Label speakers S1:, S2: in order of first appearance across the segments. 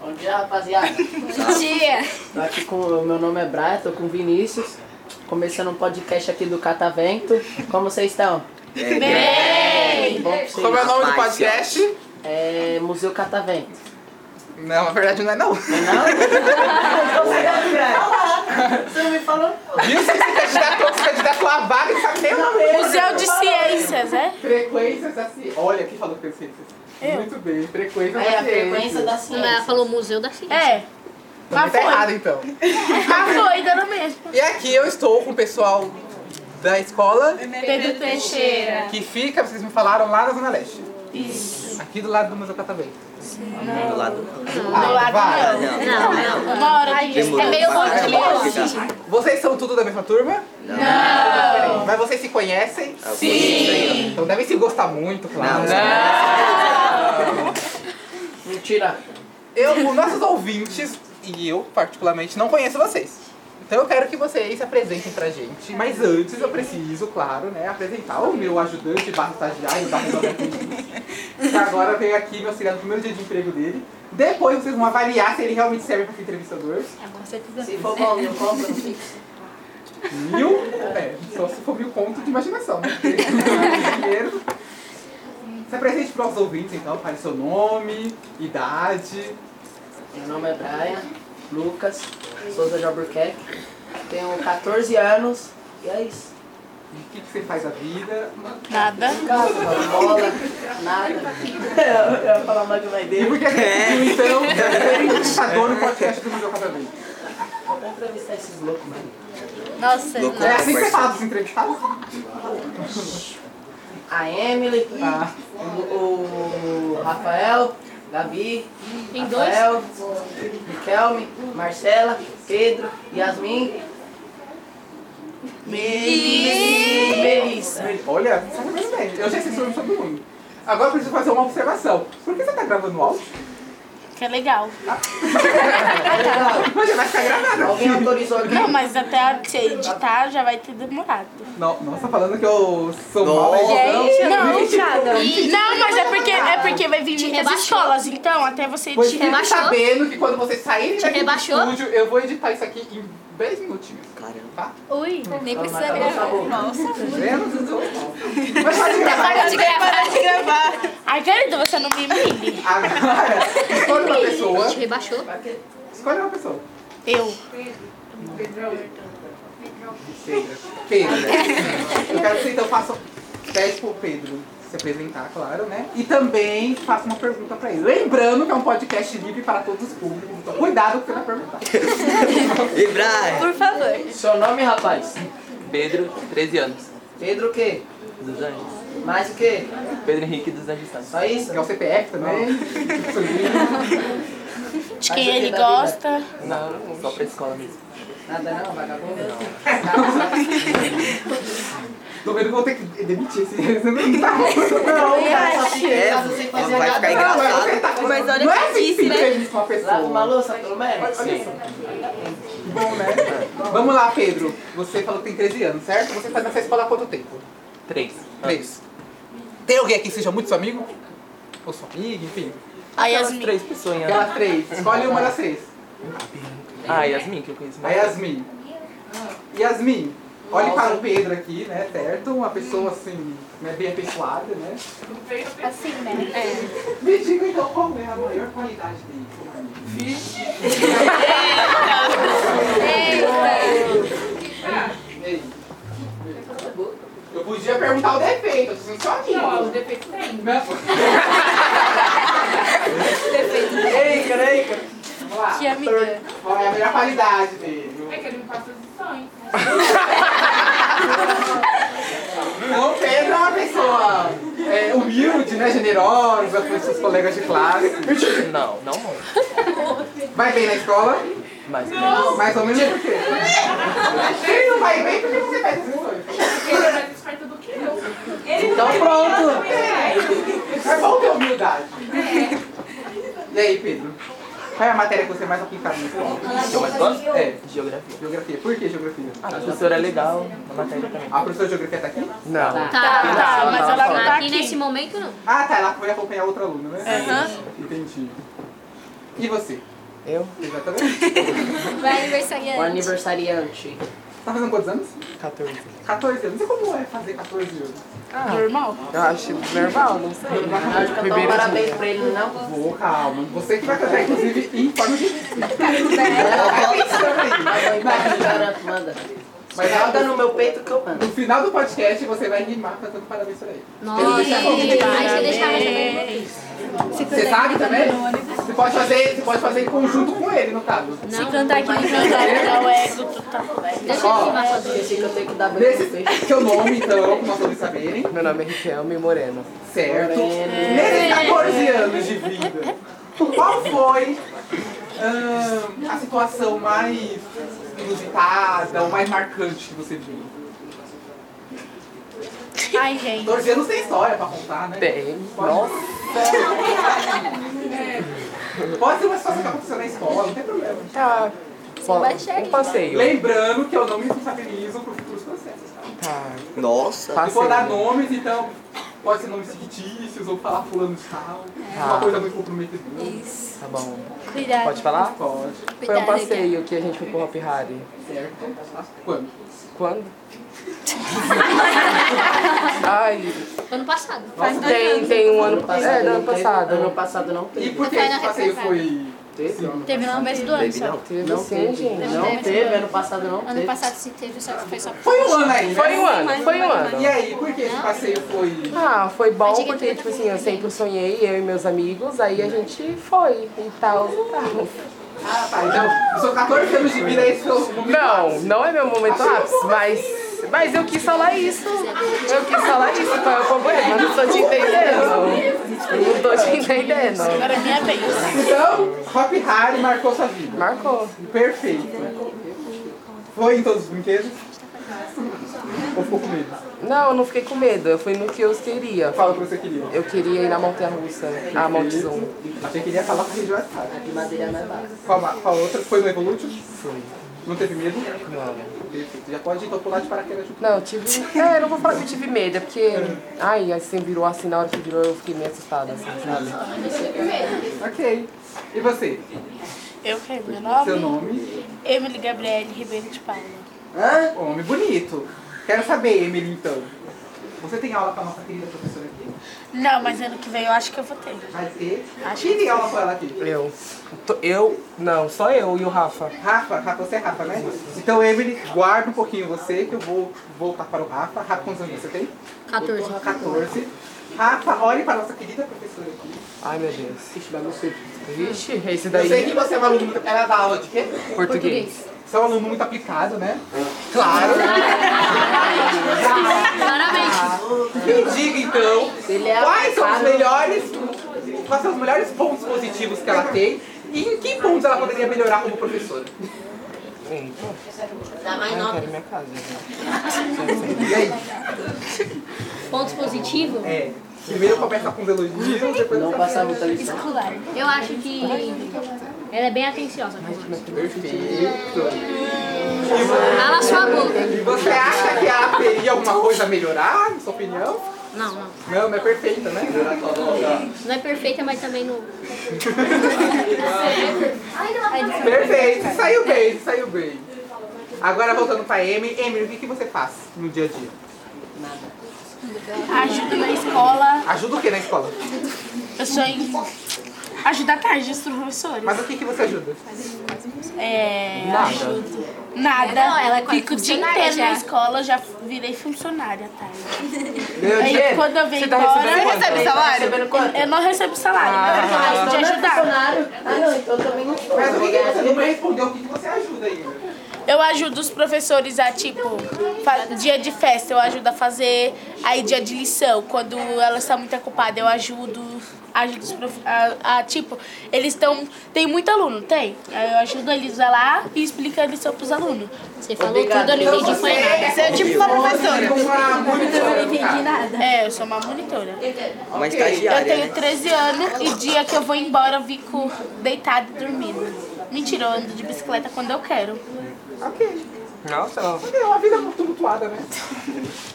S1: Bom dia, rapaziada.
S2: Tia!
S1: Tô aqui com o meu nome é Brian, tô com o Vinícius. Começando um podcast aqui do Catavento. Como vocês estão? Bem! Bom pra
S3: Como é o
S1: vocês.
S3: nome do
S4: Rapaz,
S3: podcast?
S1: É Museu Catavento.
S3: Não, na verdade não é não. Diz
S1: Tá Você não me falou?
S3: que se candidatou, que se candidatou a vaga, não sabe nem o nome.
S2: Museu de Ciências, é?
S3: Frequências da ciência. Olha, quem falou frequências? Muito bem, frequência
S1: É
S3: da
S1: a frequência
S3: ciência.
S1: da
S5: Ela
S1: ciência.
S5: falou Museu da Ciência.
S2: É.
S3: Tá
S2: Mas foi.
S3: errado então.
S2: Mas foi, dando mesmo.
S3: E aqui eu estou com o pessoal da escola
S2: Pedro Teixeira.
S3: que fica, vocês me falaram, lá na Zona Leste. Isso. Aqui do lado do Museu Catavento.
S4: Do lado não.
S3: Ah,
S2: lado
S3: vai.
S4: Não, não, não.
S2: Uma hora de
S4: Demorou.
S2: É meio
S4: Vai,
S2: monte de
S4: vai,
S2: monte.
S4: vai.
S3: Vocês são tudo da mesma turma? Não. Mas vocês se conhecem?
S4: Sim.
S3: Então devem se gostar muito, claro.
S4: Não, não.
S1: Mentira.
S3: Eu, os nossos ouvintes e eu, particularmente, não conheço vocês. Então eu quero que vocês se apresentem pra gente. Mas antes eu preciso, claro, né, apresentar o meu ajudante barra estagiário barra jornalista, que agora veio aqui me auxiliar no primeiro dia de emprego dele. Depois vocês vão avaliar se ele realmente serve para ser entrevistador.
S1: Se for bom, eu compro. não fica.
S3: Mil? É, só se for mil conto de imaginação. né? Porque Dinheiro. Se apresente para os ouvintes, então, fale seu nome, idade.
S1: Meu nome é Brian Lucas Souza de Albuquerque. Tenho 14 anos. E é isso.
S3: E o que, que você faz da vida?
S2: Nada.
S1: Casa, bola, nada. Eu, eu ia falar mais que vai
S3: E
S1: dele.
S3: por que é. então é entrevistador no podcast do Museu Catavento?
S1: Vou entrevistar esses loucos, mano.
S2: Nossa,
S4: Louco.
S3: É
S2: não.
S3: assim que você fala dos entrevistados?
S1: A Emily,
S3: Ah,
S1: o, o Rafael, Gabi,
S5: Tem dois?
S1: Rafael, Kelme, Marcela, Pedro, Yasmin. Melissa. Melissa.
S3: olha, sabe muito bem. Eu já sei sobre todo mundo. Agora eu preciso fazer uma observação. Por que você tá gravando áudio?
S2: Que é legal.
S3: Mas já vai ficar gravado.
S1: Alguém autorizou aqui?
S2: Não, mas até a tia editar já vai ter demorado.
S3: Não, nossa, falando que eu sou mal da edição.
S2: Gente, não. Não, mas é porque, é porque vai vir muitas
S5: rebaixou.
S2: escolas, então até você
S3: Pois é.
S2: editar.
S3: fique
S5: rebaixou?
S3: sabendo que quando vocês saírem daqui do
S5: rebaixou?
S3: estúdio, eu vou editar isso aqui em 10 minutinhos.
S4: Caramba.
S3: Tá?
S5: Ui, nem
S1: Calma,
S5: precisa
S1: calma,
S5: gravar.
S1: calma.
S3: Menos Mas pode gravar.
S5: Para de gravar.
S2: Ai, querido, você não me humilhe.
S3: Agora, escolha uma pessoa.
S5: A gente rebaixou.
S3: Escolha uma pessoa.
S2: Eu.
S3: Pedro. Pedro. Eu quero que você então faça. Pede pro Pedro se apresentar, claro, né? E também faça uma pergunta pra ele. Lembrando que é um podcast livre para todos os públicos. Então, cuidado com o que você vai perguntar.
S4: E Brian?
S2: Por favor.
S1: Seu nome, rapaz?
S6: Pedro, 13 anos,
S1: Pedro o quê?
S6: dos Anjos.
S1: Mais o quê?
S6: Pedro Henrique dos Anjos Santos.
S1: Só isso?
S3: É o CPF também. Sobrinho.
S2: De
S1: Mas o
S2: quem
S1: que
S2: ele
S1: da vida?
S2: gosta.
S6: Não, só pra escola mesmo.
S1: Nada não, vagabundo?
S3: Tô vendo que vou ter que demitir esse resumo. Não tá rolando, não.
S4: É, não vai ficar engraçado.
S3: Mas olha não é assim que se entrevista uma pessoa.
S1: Lava uma louça, pelo menos?
S3: Olha isso. Bom, né? Vamos lá, Pedro. Você falou que tem 13 anos, certo? Você faz nessa escola há quanto tempo?
S6: Três.
S3: Três. Tem alguém aqui que seja muito seu amigo? Ou sua amiga, enfim.
S2: A
S6: Aquelas
S2: Yasmin.
S6: três pessoas. né?
S3: Aquelas três. Escolhe uma das três.
S6: Ah, Yasmin, que eu conheço
S3: A
S6: mais.
S3: Yasmin. Yasmin, olhe para o Pedro aqui, né? Certo? Uma pessoa assim, né, bem apessoada, né?
S2: Assim, né?
S3: Me diga então qual é a maior qualidade dele. como amigo? Ei, Eu podia perguntar o defeito, eu sou seu amigo. Não, o defeito tem.
S1: Ei, cara, ei, cara.
S3: Vamos lá.
S2: Que amiga.
S3: Qual é a melhor qualidade dele? É que ele né? me passa os sonhos. Não, Pedro é uma pessoa é, humilde, né? Generosa com seus colegas de classe.
S6: Não, não muito.
S3: Vai bem na escola?
S6: Mas não.
S3: Mais ou menos por quê? Ele não vai bem porque você faz esses sonhos. é
S1: Então pronto.
S3: É bom ter humildade. E aí, Pedro? Qual é a matéria que você mais aplicava na escola?
S6: Eu mais gosto?
S3: É,
S6: Geografia.
S3: geografia. Por que geografia?
S6: A professora é legal, a matéria também.
S3: A professora de geografia tá aqui?
S5: Não.
S2: Tá, tá,
S6: não,
S2: mas ela não tá
S5: Aqui
S2: aqui.
S5: nesse momento não.
S3: Ah, tá, ela foi acompanhar outra aluna, né?
S2: Aham.
S3: Entendi. E você?
S6: Eu?
S3: Exatamente.
S5: Vai
S1: O
S5: aniversariante.
S1: Um aniversariante. Então,
S3: Tá fazendo quantos anos?
S6: 14.
S3: 14 anos. E como é fazer 14 anos?
S2: Normal?
S6: Eu acho normal, não sei.
S1: Na hora de cantar um
S6: Primeiro
S1: parabéns pra ele, não?
S3: Vou, calma. Você que vai
S5: Tá
S3: cantar, inclusive, em forma de...
S5: Tá
S1: Mãe, pai, garanto, manda.
S3: Mas ela
S1: Joga
S3: tá
S1: no meu peito que eu mando.
S3: No final do podcast, você vai rimar cantando parabéns pra ele. assim,
S5: Nossa, aí
S7: Tá
S5: você deixava também.
S2: Parabéns.
S3: Você sabe também?
S5: tá
S3: Você pode fazer, você pode fazer em conjunto com ele, no caso.
S5: Não,
S2: Cantar aqui no cantar, né? dá o ego, tu tá velho.
S5: deixa eu filmar só dois.
S1: Esqueci que eu tenho que dar beijo no peixe.
S3: Nesse seu nome, então, pra todos saberem,
S6: Meu nome é Riquelme Moreno.
S3: certo?
S1: Moreno.
S3: Nesses
S6: É.
S3: 14 anos de vida, qual foi ahn, a situação mais inusitada, ou mais marcante que você viu?
S2: Ai, gente.
S3: 14 anos tem história pra contar, né?
S6: Tem.
S3: Pode-
S6: Nossa.
S3: Pode ser uma situação que aconteceu na escola, não tem problema.
S6: Tá. Bom,
S5: vai chegar.
S6: um passeio.
S3: Lembrando que eu não me responsabilizo por futuros processos, tá?
S6: Tá.
S4: Nossa.
S3: Se for dar
S6: Passeio.
S3: nomes, então pode ser nomes fictícios ou falar fulano de tal. Uma coisa muito comprometedora.
S6: Tá bom.
S2: Cuidado.
S6: Pode falar?
S3: Pode.
S6: Foi um passeio que a gente foi pro Hop Harry.
S3: Certo. Quando?
S6: Quando? Ai,
S5: Ano passado.
S6: tem, tem um ano passado. É, no ano
S1: não teve-
S6: passado.
S1: Ano passado não
S3: E
S1: teve.
S3: por que
S5: Foi na
S3: esse passeio
S5: retrasada.
S3: foi.
S1: Teve, ano
S5: Teve no começo do ano
S4: Baby,
S5: só.
S4: não.
S6: Teve
S1: Não
S6: sim,
S1: teve,
S6: gente.
S1: não teve, ano passado não
S5: Ano
S1: teve.
S5: passado se teve, só que foi só
S3: Foi um ano aí, né?
S6: Foi um ano, foi um ano.
S3: E aí, por que esse passeio foi.
S6: Ah, foi bom
S5: Mas diga
S6: porque,
S5: tudo
S6: tipo
S5: tá
S6: assim, eu sempre sonhei, eu e meus amigos, aí a gente foi e tal. e tal.
S3: Ah, tá. Então, eu sou 14 anos de vida, esse é o momento.
S6: Não, não é meu momento ápice, mas, mas eu quis falar isso. Eu quis falar isso, qual é o problema? Eu Não tô te entendendo. Eu Não tô te entendendo.
S2: Agora é minha vez.
S3: Então, Hop Harry marcou sua vida.
S6: Marcou.
S3: Perfeito. Foi em todos os brinquedos? Ou ficou com medo?
S6: Não, eu não fiquei com medo, eu fui no que eu queria.
S3: Fala o que você queria.
S6: Eu queria ir na Montanha Russa, a Monte Zoom.
S3: Achei que ele ia falar com a região assada.
S1: De madeira é mais barata.
S3: Qual, a- qual a outra? Foi no Evolution?
S6: Fui.
S3: Não teve medo?
S6: Não.
S3: Perfeito. Já pode então pular de paraquedas junto.
S6: Não, eu tive. É, eu não vou falar que eu tive medo, é porque. Ai, assim virou assim, na hora que virou eu fiquei meio assustada, assim, sabe?
S3: Ok. E você?
S2: Eu quero meu
S3: Seu
S2: nome.
S3: nome?
S2: Emily Gabriele Ribeiro de Paula.
S3: Hã? Um Homem bonito. Quero saber, Emily, então. Você tem aula com a nossa querida professora aqui?
S2: Não, mas ano que vem eu acho que eu vou ter.
S3: Vai ter. Quem tem aula com ela aqui?
S6: Eu. Tô- Eu? Não, só eu e o Rafa.
S3: Rafa, Rafa, você é Rafa, né? Então, Emily, guarda um pouquinho você, que eu vou voltar para o Rafa. Rafa, quantos anos você tem?
S5: 14.
S3: 14. Rafa, olhe para a nossa querida professora aqui.
S6: Ai, meu Deus.
S3: Ixi, vai no centro.
S6: Vixe, esse
S3: Eu sei que
S6: daí.
S3: você é um aluno. muito- Ela dá aula de quê?
S6: Português.
S3: Você é um aluno muito aplicado, né? Claro!
S5: Claramente.
S3: Me diga então,
S1: Ele é
S3: quais são os
S1: aplicado.
S3: melhores, quais são os melhores pontos positivos que ela tem e em que pontos ela poderia melhorar como professora?
S6: Eita,
S4: Dá mais
S6: eu
S4: nota.
S6: quero minha casa. gente.
S3: E aí?
S5: Pontos positivos?
S3: É, primeiro começa com os elogios, depois
S1: Não passar muita lição.
S2: Escolar.
S5: Eu acho que ela é bem atenciosa. com isso.
S3: Perfeito.
S5: Cala sua boca.
S3: E você acha que ela teria alguma coisa a melhorar, na sua opinião?
S5: Não, não.
S3: Não, não é perfeita, né?
S5: Não é perfeita, mas também não.
S3: Perfeito, saiu bem, saiu bem. Agora voltando pra Emily, Emily, o que, que você faz no dia a dia?
S2: Ajuda na escola.
S3: Ajuda o que na escola?
S2: Eu sou em. Ajuda à tarde os professores.
S3: Mas o que, que você ajuda?
S2: É.
S6: Nada.
S2: Ajudo. Nada.
S5: Não, ela é quase
S2: Fico o dia
S5: funcionária
S2: inteiro na
S5: já.
S2: escola, já virei funcionária à tarde.
S6: Ganhou
S2: Aí
S6: dinheiro?
S2: quando eu venho
S6: Você tá
S2: embora-
S6: recebendo
S2: Você
S6: quanto?
S2: recebe Ah, tá.
S1: salário? Recebendo quanto?
S2: Eu não recebo salário, mas eu gosto de
S1: Não é
S2: ajudar.
S1: funcionário. Ah, não, então eu também não sou.
S3: Mas o que, que você não
S1: Obrigada.
S3: me respondeu? O que, que você ajuda, né? Emily?
S2: Eu ajudo os professores a, tipo, fa- dia de festa eu ajudo a fazer, aí dia de lição, quando ela está muito ocupada eu ajudo ajuda os prof... a, a, tipo, eles estão. Tem muito aluno, tem. Aí eu ajudo eles a lá e explico a lição pros alunos.
S5: Você falou tudo, eu não entendi foi nada.
S2: Você é tipo uma professora.
S3: Uma monitora, no caso.
S5: nada.
S2: É, eu sou uma monitora.
S4: Uma
S2: Eu
S4: estagiária.
S2: tenho
S4: né?
S2: 13 anos e dia que eu vou embora eu fico deitada e dormindo. Mentira, eu ando de bicicleta quando eu quero.
S3: Ok.
S4: Nossa, não.
S3: É uma vida muito tumultuada, né?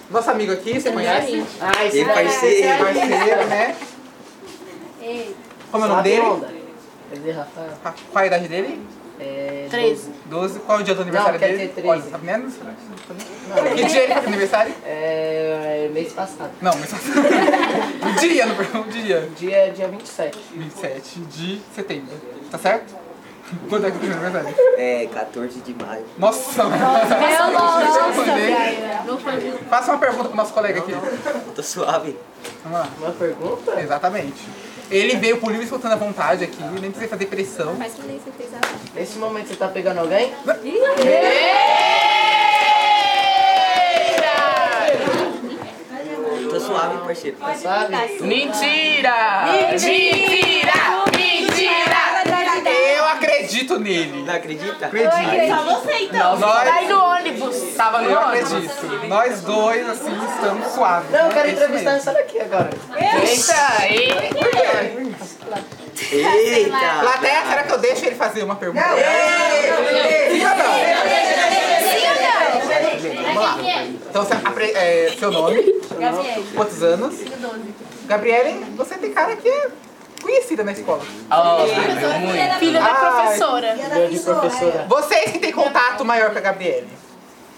S3: Nosso amigo aqui, você
S5: é
S3: conhece?
S1: Ah, isso
S4: E
S3: é
S4: parceiro.
S3: Parceiro, né?
S5: Ei,
S3: Como é o nome dele?
S1: Quer dizer, É Rafael?
S3: Ah, Qual a idade dele?
S1: É,
S2: 13.
S3: 12. Qual é o dia do aniversário
S1: quer
S3: dele?
S1: ter treze.
S3: Olha, tá vendo? Que dia ele faz aniversário?
S1: É, é mês passado.
S3: Não, mas... um dia, não pergunto. Um dia.
S1: Dia, dia 27.
S3: 27 de setembro. Tá certo? Quanto é que é o seu aniversário?
S4: É, 14 de maio.
S3: Nossa, mano.
S5: Meu
S3: Nossa, velho.
S5: Não foi muito.
S3: Faça uma pergunta pro nosso colega aqui.
S4: Tô suave.
S3: Vamos lá.
S1: Uma pergunta?
S3: Exatamente. Ele veio por livre e espontânea vontade aqui, nem precisa fazer pressão.
S5: Mas que nem você fez a
S1: Nesse momento você tá pegando alguém?
S4: Tô suave, parceiro.
S1: Sabe?
S6: Mentira! Mentira!
S3: Eu acredito nele.
S4: Não acredita?
S3: Acredito.
S2: Só você então.
S3: Nós-
S2: Vai no ônibus.
S3: Tava no acredito. Nós dois, assim, estamos suaves.
S1: Não, eu
S3: né?
S1: quero
S3: É isso
S1: entrevistar
S3: mesmo.
S1: essa daqui agora.
S6: Eita, eita!
S4: Eita.
S3: Plateia, será que eu deixo ele fazer uma pergunta? Sim ou não? Vamos lá. Então, você apre- é, seu nome,
S5: Gabriel,
S3: quantos anos?
S5: do 12.
S3: Gabriele, você tem cara que é conhecida na escola.
S2: Filho da
S3: Ai.
S2: professora.
S1: Deu de professora.
S3: Vocês que têm contato maior com a Gabriele,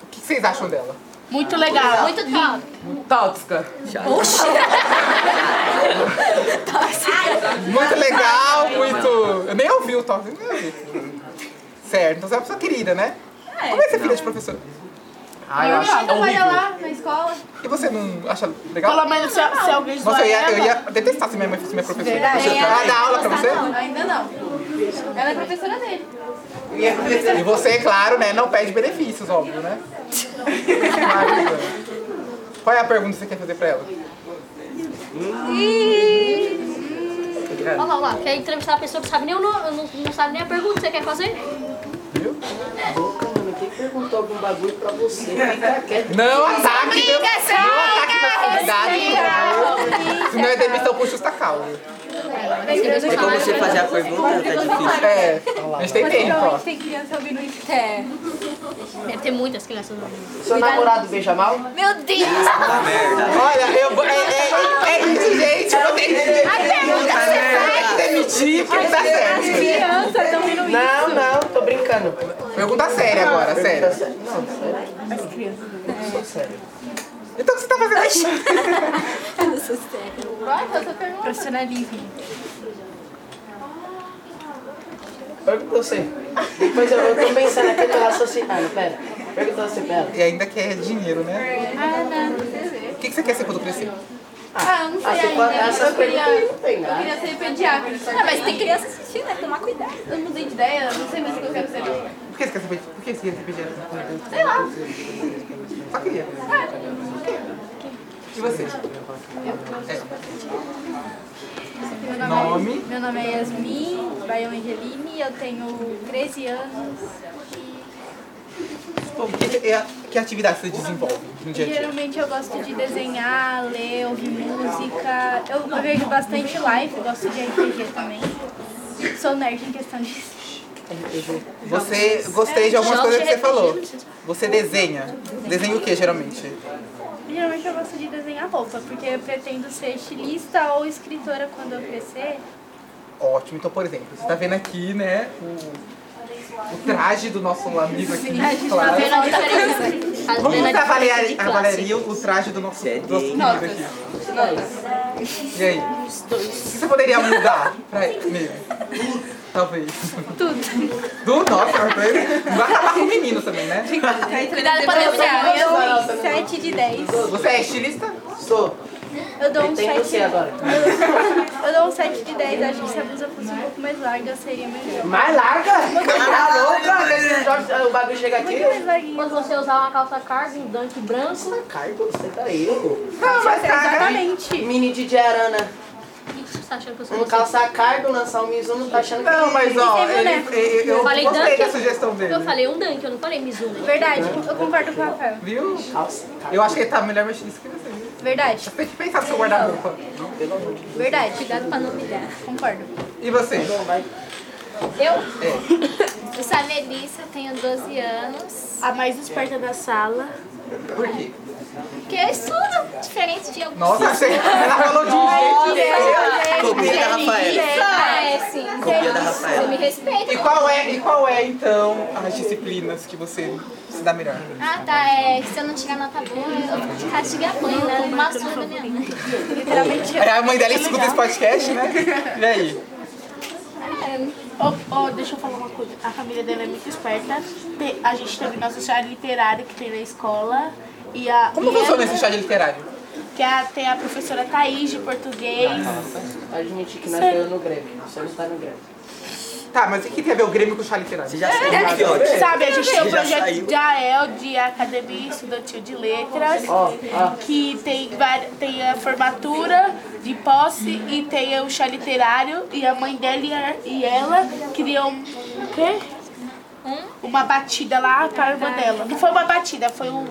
S3: o que vocês acham dela?
S2: Muito legal.
S5: Muito top.
S6: Tóxica.
S3: Muito legal, muito. Eu nem ouvi o toque. nem ouvi. Certo, então você é uma pessoa querida, né? Como é ser filha de professor? Ah, eu acho
S5: trabalha
S3: horrível.
S5: lá na escola.
S3: E você não acha legal?
S2: Pelo menos se, se alguém zoar
S3: Você eu ia, eu
S2: ela.
S3: ia detestar se minha mãe fosse minha professora. Ela dá aula pra você?
S5: Não, ainda não. Ela é professora dele.
S3: E você, claro, né, não pede benefícios, óbvio, né? Maravilha. Qual é a pergunta que você quer fazer pra ela?
S5: Olha lá, olha lá. Quer entrevistar a pessoa que sabe nem o nome, não, não sabe nem a pergunta que você quer fazer?
S3: Viu?
S1: Boca, mano, quem perguntou algum bagulho pra você? Fica quieto.
S3: Não ataque, meu, não ataque meus convidados, por favor. Senão é demissão por justa causa.
S4: Tem como você fazer a pergunta? Tá difícil.
S3: É, a gente tem tempo,
S6: então,
S3: ó.
S5: tem criança ouvindo isso. É. Deve ter muitas crianças ouvindo.
S1: Seu namorado beija mal?
S5: Meu Deus!
S4: Tá merda.
S3: Olha, eu vou. É, é, é isso,
S6: assim.
S3: gente. Eu vou ter que demitir. demitir porque não dá certo.
S1: Não, não, tô brincando.
S3: Pergunta séria agora,
S1: Pergunta
S3: sério.
S1: séria. Não, sério. Eu sou sério.
S3: Então o que você tá fazendo aqui?
S5: Profissionalismo.
S1: Pergunta você. Depois eu, é, eu tô pensando aqui, tô raciocinando, pera. Pergunta você pra ela.
S3: E ainda quer dinheiro, né?
S5: É.
S3: O que que você quer ser quando crescer?
S8: Ah, eu não sei
S1: Ah, você
S8: ainda.
S1: pode, essas
S8: eu, queria,
S1: perguntas não tem né?
S8: eu
S1: nada.
S8: queria um ser pediatra. Ah, mas tem criança assistindo, né? Tomar cuidado. Eu mudei de ideia, eu não sei mais o que eu quero ser. não.
S3: Por que você quer ser pedi- Por que você quer ser pediatra?
S8: Sei lá.
S3: Só queria.
S5: É.
S3: E você? É.
S8: Meu
S3: É.
S8: nome,
S3: Nome?
S8: meu nome é Yasmin Baião Angelini, eu tenho 13 anos e
S3: Que, que, é- que atividade você desenvolve no dia a dia?
S8: geralmente eu gosto de desenhar, ler, ouvir música. Eu vejo bastante live, eu gosto de RPG também. Sou nerd em questão disso.
S3: Você gostei de algumas
S5: É, Jogos
S3: coisas que
S5: de
S3: você falou.
S5: RPG,
S3: Você desenha. Desenha o que geralmente?
S8: Geralmente eu gosto de desenhar roupa, porque eu pretendo ser estilista ou escritora quando eu crescer.
S3: Ótimo. Então, por exemplo, você tá vendo aqui, né? O, o traje do nosso amigo aqui. claro.
S5: Vendo a tá diferença. As
S3: Vamos
S5: vendo a
S3: avaliar,
S5: diferença de classe.
S3: avaliaria o traje do nosso,
S4: Sete.
S3: do nosso amigo aqui. E aí? O que você poderia mudar pra ele? nele? Talvez. Tudo. Do nosso, não vai acabar com o menino também, né?
S8: Cuidado pra desenhar. Eu
S2: né?
S8: dou um 7 de 10.
S3: Você é estilista?
S1: Sou.
S8: Eu dou um
S1: Tem
S8: 7
S1: você agora.
S8: Eu dou um 7 de 10. Acho que se a blusa fosse um pouco mais larga, seria melhor.
S1: Mais larga? Tá louca? Esse short, O bagulho chega aqui.
S8: Muito mais larguinha.
S5: Quando você usar uma calça cargo, um dunk branco,
S1: Cargo, você tá aí, louco.
S3: Não, mas cara.
S8: Exatamente.
S1: Mini DJ Arana.
S5: isso tá achando que eu sou
S1: Um
S5: você?
S1: calçar cargo, lançar um Mizuno, tá achando que...
S3: Não, mas ó,
S8: Ele teve,
S3: ele,
S8: né?
S3: ele- eu
S5: Eu falei
S3: gostei
S5: Dunk.
S3: da sugestão dele.
S5: Eu falei um Dunk, eu não falei Mizuno.
S8: Verdade, eu concordo com o Rafael.
S3: Viu?
S1: Calça.
S3: Eu acho que ele tá melhor mexendo isso que você.
S8: Verdade,
S3: Tem que pensar no seu guarda-roupa.
S8: verdade,
S5: Cuidado pra não me dar.
S8: concordo.
S3: E você?
S7: Eu? Eu sou a Melissa, tenho 12 anos.
S2: A mais esperta da sala.
S3: Por quê?
S7: Porque eu estudo é diferente de alguns.
S3: Nossa, você, ela falou de um jeito.
S4: Copia da Rafaela.
S7: É, sim.
S4: Copia da
S7: Você me
S4: Rafaela.
S7: respeita.
S3: E qual é, e qual é então as disciplinas que você se dá melhor?
S7: Ah, tá. É, se eu não tirar nota boa, eu fico de castigo e apanho, né? Uma surra da minha mãe.
S3: Aí É, a mãe dela escuta esse podcast, né? E aí?
S2: Oh, oh, deixa eu falar uma coisa. A família dela é muito esperta. Te- A gente teve nosso chá literário que tem na escola. E a,
S3: Como
S2: e
S3: funciona
S2: ela-
S3: esse chá de literário?
S2: Que a, tem a professora Thaís de português.
S1: Admite que nós ganhamos no Grêmio. Você não tá no Grêmio.
S3: Tá, mas e que tem a ver o Grêmio com o chá literário?
S4: Você já saiu do fiote.
S2: Sabe, a gente tem o
S4: Já
S2: projeto
S4: saiu.
S2: de AEL, de Academia Estudantil de Letras,
S1: Ó, ó.
S2: que tem, vari- tem a formatura de posse e tem o chá literário. E a mãe dela e, a- e ela criam um, o quê?
S7: Hum?
S2: Uma batida lá para a irmã dela. Não foi uma batida, foi um.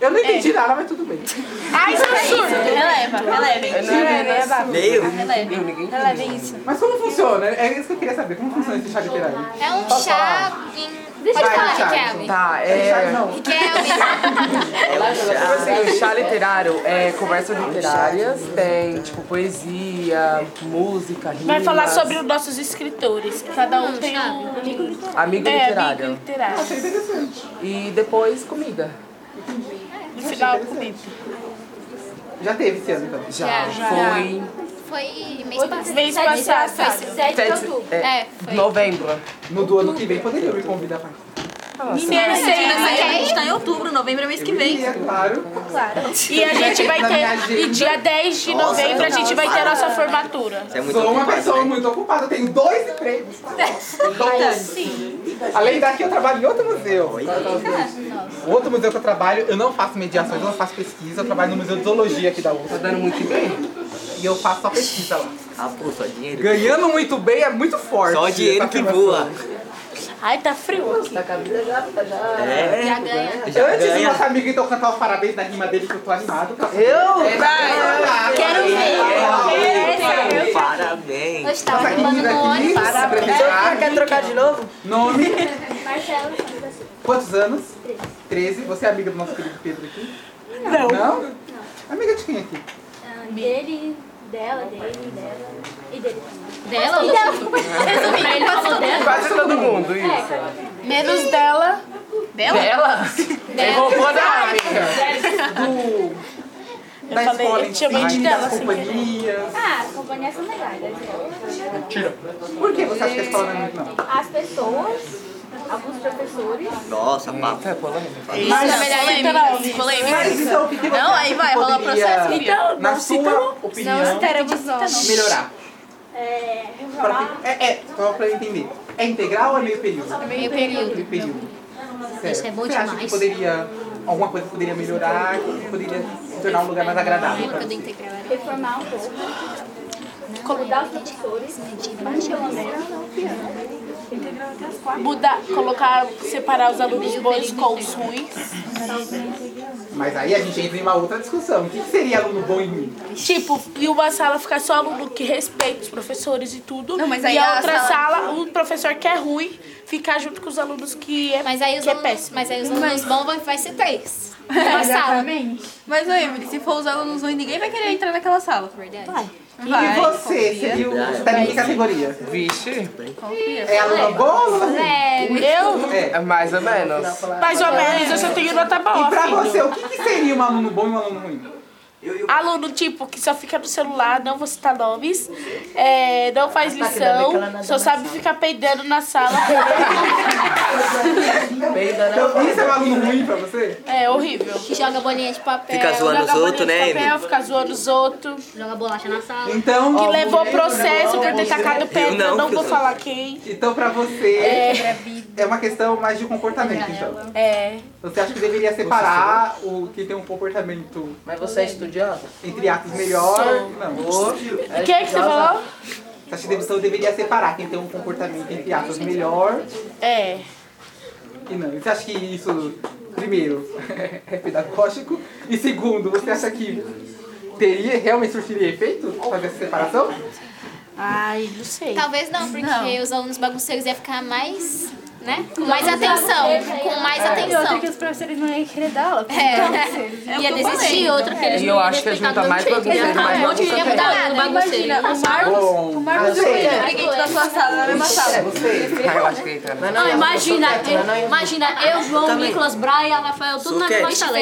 S3: Eu não
S9: É.
S3: entendi nada, mas tudo bem.
S2: Ai, isso é surdo!
S7: Releva, releva.
S6: é assim.
S4: Meio?
S3: Mas como funciona? É isso que eu queria saber. Como funciona esse chá literário?
S7: É um chá em... Deixa eu
S3: Vai,
S7: falar,
S3: Thiago.
S7: Riquelme.
S6: Tá, é.
S3: Não.
S7: Riquelme.
S4: É o chá.
S6: Assim, o chá literário é conversas literárias, tem tipo poesia, música, rimas.
S2: Vai falar sobre os nossos escritores. que Cada
S7: Hum,
S2: um tem um.
S6: Amigo
S2: É, amigo
S6: literário.
S2: literário.
S3: É
S6: E depois comida.
S2: No final, comida.
S3: Já teve esse ano, então.
S7: Já.
S6: Foi
S7: né?
S2: Então
S7: Foi mês passado.
S2: Mês passado.
S7: Foi 7 de
S6: sete-
S7: outubro.
S6: é,
S7: É, foi.
S6: novembro.
S3: No do ano que vem poderia me convidar pra
S2: Mineiro
S7: Mas é
S2: sem
S7: aí,
S9: Tá em outubro, novembro é mês que vem.
S3: É claro.
S2: E a gente vai
S3: Na minha
S2: ter.
S3: agenda.
S2: E dia 10 de novembro a gente vai ter a nossa formatura.
S4: Você é muito
S3: Sou uma
S4: ocupado,
S3: pessoa
S4: né?
S3: muito ocupada, eu tenho dois empregos. Dois. Além daqui, eu trabalho em outro museu. O outro museu que eu trabalho, eu não faço mediações, eu não faço pesquisa. Eu trabalho no Museu de Zoologia aqui da UFA. Tá dando muito bem? E eu faço só pesquisa lá.
S4: Ah, pô, só dinheiro.
S3: Ganhando muito bem é muito forte.
S4: Só dinheiro
S3: essa
S4: que
S3: afirmação.
S4: voa.
S2: Ai, tá frio aqui.
S1: Tá com a vida já, tá já...
S4: É.
S2: Ah,
S7: já ganha.
S4: Já
S3: Antes do nosso
S4: ganha.
S3: amigo então cantar os parabéns na rima dele que eu tô animado. que Eu?
S6: É,
S2: Quero ver.
S7: Eu
S4: Parabéns.
S3: Tá
S7: estava roubando no ônibus.
S3: Parabéns.
S4: Quer trocar de novo?
S3: Nome,
S5: Marcelo. assim.
S3: quantos anos? 13. Você é amiga do nosso querido Pedro aqui? Não. Não? Amiga de quem aqui?
S5: Ah, dele, dela, dele, dela. E dele.
S7: Dela? ou do- Resumindo, ele falou dela.
S6: Quase todo mundo, isso.
S2: Menos dela.
S9: Né?
S6: Dela?
S5: É
S6: Roubou da amiga.
S3: da
S2: falei-
S3: escola
S2: eu
S3: em
S2: chamei de
S3: si,
S2: dela,
S3: das
S2: assim,
S3: companhias.
S5: Ah, as companhias são legais. né?
S3: Por que você acha que a escola não é muito não?
S5: As pessoas, alguns professores.
S4: Nossa, papo.
S2: Isso, na verdade,
S3: Mas então o que, que você
S9: É. Não, aí vai rolar
S3: poderia,
S9: processo.
S2: Então,
S3: na
S2: não
S3: sua opinião,
S8: Teremos
S9: tá
S8: nós.
S3: melhorar?
S5: É,
S3: Pra que- é, é, só pra eu entender. É integral ou é meio período?
S7: Meio período.
S3: Meio período. Certo.
S7: Isso é bom
S3: você acha que
S7: demais.
S3: poderia, alguma coisa poderia melhorar, que poderia se tornar um lugar mais agradável pra
S7: Época do
S3: você?
S7: integral era
S5: reformar um pouco. Mudar os professores. Baixar o aluno.
S2: Mudar, colocar, separar os alunos bons com os ruins.
S3: Mas aí a gente entra em uma outra discussão. O que que seria aluno bom em mim?
S2: Tipo, e uma sala ficar só aluno que respeita os professores e tudo.
S9: Não, mas aí
S2: e a
S9: a
S2: outra
S9: sala-
S2: sala, um professor que é ruim, ficar junto com os alunos que é,
S7: Mas aí os
S2: que é
S7: alunos,
S2: péssimo.
S7: mas aí os alunos bons vai, vai ser três. Uma sala.
S9: Mas aí, Emily, se for os alunos ruins, ninguém vai querer entrar naquela sala.
S7: Verdade.
S9: Vai.
S3: e você? Seria o... Você tá em que categoria?
S6: Vixe,
S3: É aluno bom ou aluno ruim?
S7: Leve.
S2: Eu,
S3: É.
S6: é mais ou menos.
S2: mais ou menos, eu só tenho nota boa,
S3: E pra
S2: filho.
S3: você, o que, que seria um aluno bom e um aluno ruim?
S2: Aluno, tipo, que só fica no celular, não vou citar nomes, é, não faz lição, só sabe ficar peidando na sala.
S3: Então, isso é um aluno ruim pra você?
S2: É horrível.
S7: Que joga bolinha de papel.
S4: Fica zoando os
S2: Joga
S4: outros,
S2: bolinha
S4: né,
S2: de
S4: Emily?
S2: papel, fica zoando os outros.
S7: Joga bolacha na sala.
S3: Então,
S2: Que levou processo por ter tacado pedra,
S4: não,
S2: não vou
S4: que-
S2: falar quem.
S3: então pra você,
S2: É,
S3: é uma questão mais de comportamento, então.
S2: É.
S3: Você acha que deveria separar o que tem um comportamento,
S1: Mas você é estudiosa?
S3: entre aspas, melhor? Não.
S2: O que é que você falou?
S3: Você acha que você deveria separar quem tem um comportamento, entre aspas, melhor
S2: É.
S3: E não, você acha que isso, primeiro, é pedagógico? E segundo, você acha que teria realmente surtiria efeito fazer essa separação?
S2: Ai, não sei.
S7: Talvez não, porque os alunos bagunceiros iam ficar mais, né? Com mais atenção. Com mais
S8: E outra
S7: atenção.
S8: que os professores não iam querer dar aula. porque
S7: É. Ia desistir, outra que
S5: É.
S7: eles
S4: E eu acho que eles não tá mais bagunceiro, mais
S7: Ia
S4: bagunceiro.
S5: tá?
S7: mudar o bagunceiro.
S9: Imagina, o Marcos,
S3: Bom,
S9: o Marcos
S1: Você,
S9: Coelho,
S1: né?
S9: briguente da sua sala, na mesma
S3: é
S9: sala.
S3: você.
S4: Ah, eu acho que
S6: tá.
S4: entra. né?
S1: não,
S5: Ah, imagina,
S1: eu, não,
S5: eu, imagina, eu, João,
S4: Também.
S5: Nicolas, Brian, Rafael, tudo
S4: Sou
S5: na
S4: quieto.
S5: mesma sala.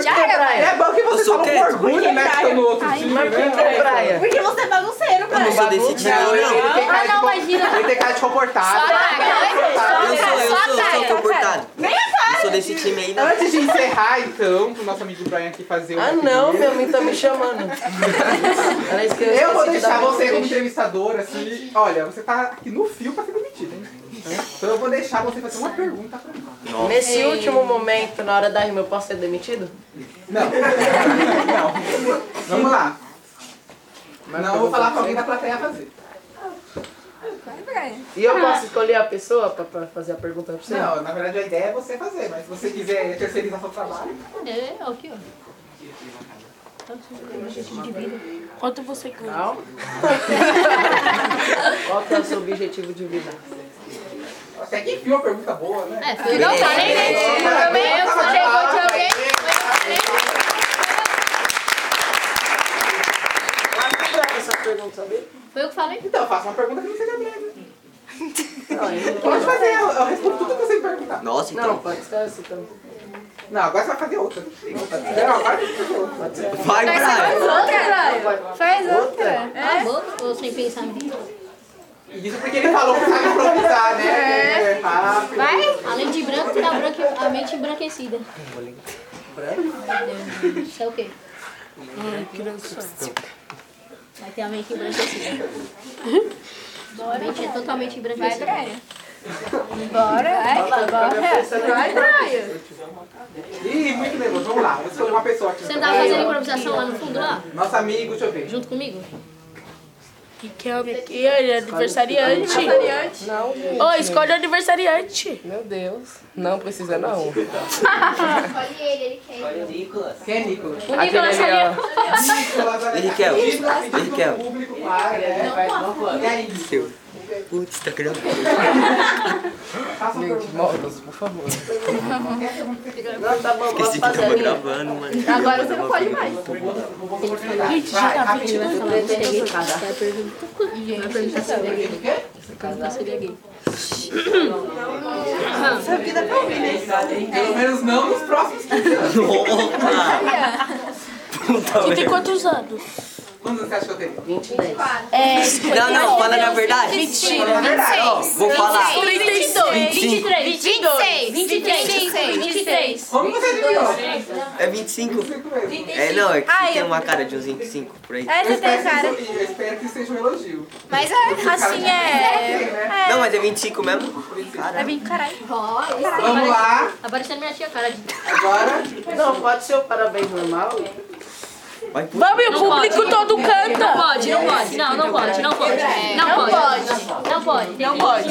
S1: Já é, Brian.
S3: É bom que
S4: Eu
S3: você
S4: sou
S3: fala com
S4: quieto.
S3: orgulho, né? Que tá no outro time, né?
S1: Ô, Brian.
S9: Porque você é bagunceiro,
S4: Eu não
S9: cara.
S4: sou desse tipo.
S3: Não,
S4: Eu,
S3: ele tem cara
S5: Ah,
S3: de
S5: não,
S3: co-
S5: imagina.
S3: Ele tem cara de comportado.
S4: eu sou, eu sou, eu sou comportado. Eu sou desse time aí, não.
S3: Antes de encerrar, então, pro nosso amigo Brian aqui fazer um o.
S1: Ah, não, meu amigo tá me chamando. Era isso que eu
S3: Eu vou
S1: esqueci de dar
S3: deixar
S1: pra
S3: você como entrevistador, assim. Olha, você tá aqui no fio pra ser demitido, hein? Então eu vou deixar você fazer uma pergunta pra mim.
S1: Nesse último momento, na hora da rima, eu posso ser demitido?
S3: Não. não. Vamos lá. não, eu vou falar pra alguém da plateia fazer.
S1: E eu posso escolher a pessoa pra, pra fazer a pergunta pra você?
S3: Não, na verdade a ideia é você fazer, mas se você quiser terceirizar seu trabalho.
S5: É, ó, aqui, ó.
S2: Quanto você ganha?
S1: Calma. Qual que é o seu objetivo de vida?
S3: Até que enfim uma pergunta boa, né?
S5: É, foi não, tá nem
S3: também, eu falei de alguém.
S1: Essa pergunta, sabe?
S5: Foi eu que falei.
S3: Então, faça uma pergunta que não seja breve.
S1: Não, ele-
S3: Pode fazer, eu, eu respondo tudo que você me perguntar.
S4: Nossa,
S1: não,
S4: então.
S1: pode ser assim também.
S3: Não, agora você vai fazer outra. Não, agora você vai fazer outra.
S4: Vai, Brian.
S8: Faz outra.
S5: Ah, vou, ou sem pensar nisso.
S3: E Isso porque ele falou que sabe improvisar, né? É. rápido.
S5: Além de branco, tá branque, a mente embranquecida. Branco? Isso é o quê? Vai ter a mente embranquecida. A mente é totalmente embranquecida.
S3: Ih, muito nervoso. Vamos lá, vou escolher uma pessoa aqui.
S5: Você não tava fazendo improvisação lá no fundo, lá?
S3: Nosso amigo, deixa eu ver.
S5: Junto comigo?
S2: Que que é o que? Ele é aniversariante. Aniversariante.
S6: Não, gente.
S2: Ô, escolhe o aniversariante.
S6: Meu Deus. Não precisa, não.
S7: Olha ele, ele quer.
S3: Quem é Nicolas?
S6: Aquele ali, ó.
S3: Nicolas olha-
S4: Henriquel.
S3: Nicolas pedindo
S4: Henriquel.
S3: pro público, claro, né?
S1: Vai, não pode.
S3: E aí,
S4: Seu. Putz, tá criando.
S3: faça uma pergunta.
S6: Modos, por favor.
S1: Não, tá bom, posso
S4: Esqueci que eu
S1: fazer a
S4: tava
S1: minha.
S4: gravando, mano. Agora você não pode mais.
S2: Gente, já tá
S3: rapidinho.
S2: 22
S5: Ela não seria gay. Vai perguntar- Vai perguntar se ele é gay. Perguntar se ele é gay.
S3: é né? Pelo menos não nos próximos 15 anos.
S4: Opa! Puta
S2: Você tem
S4: merda.
S2: quantos anos?
S3: Quantos anos você acha que eu tenho?
S1: 20 e 10.
S2: É,
S4: Não, não, fala na verdade.
S3: Na verdade, ó.
S4: Vou falar. 25.
S7: 26.
S5: 23, 23.
S3: Como você adivinhou?
S4: É 25?
S3: 25 mesmo.
S4: É, não, é que você tem uma cara de uns 25 por
S3: É.
S4: aí.
S8: Essa tem cara.
S3: que isso- eu espero que seja um elogio.
S7: Mas é.
S8: Assim é.
S3: né?
S4: Não, mas é 25 mesmo?
S8: É
S4: Caralho.
S8: bem caralho.
S3: Vamos lá,
S5: Aparecendo minha tia, cara. de-
S3: agora.
S1: Não, pode ser o parabéns normal.
S4: Vai pro
S2: Vamos, o público todo
S5: Não
S2: canta.
S5: pode, não pode. Não, não pode, não pode. É. Não pode. Não pode. Não pode.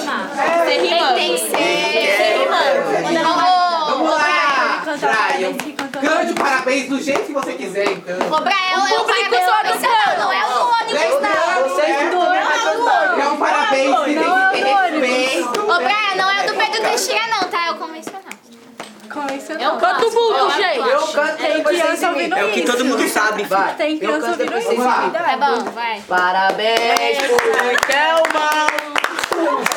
S5: Tem que rimar. Tem que
S3: Vamos lá! Brian, cante o parabéns do jeito que você quiser, então.
S7: Ela é o parabéns. Não, não é o ônibus.
S3: Lembrando,
S1: Vocês
S3: né,
S1: dois vai cantar.
S3: que É um parabéns que tem que ter respeito.
S7: Ô, Brian, não é o do Pedro Teixeira, não, tá? É o convencional.
S5: É o
S2: Canta o
S5: clássico.
S2: mundo, gente.
S1: Eu canto e depois vocês
S8: criança
S1: imitam.
S4: É o que todo mundo sabe, filho.
S1: Vai.
S8: Tem
S1: Eu
S8: criança
S1: canto e
S8: ouvindo
S1: depois vocês
S8: isso.
S3: Vamos lá.
S1: imitam.
S7: Tá bom, vai.
S1: Parabéns pro Kelman.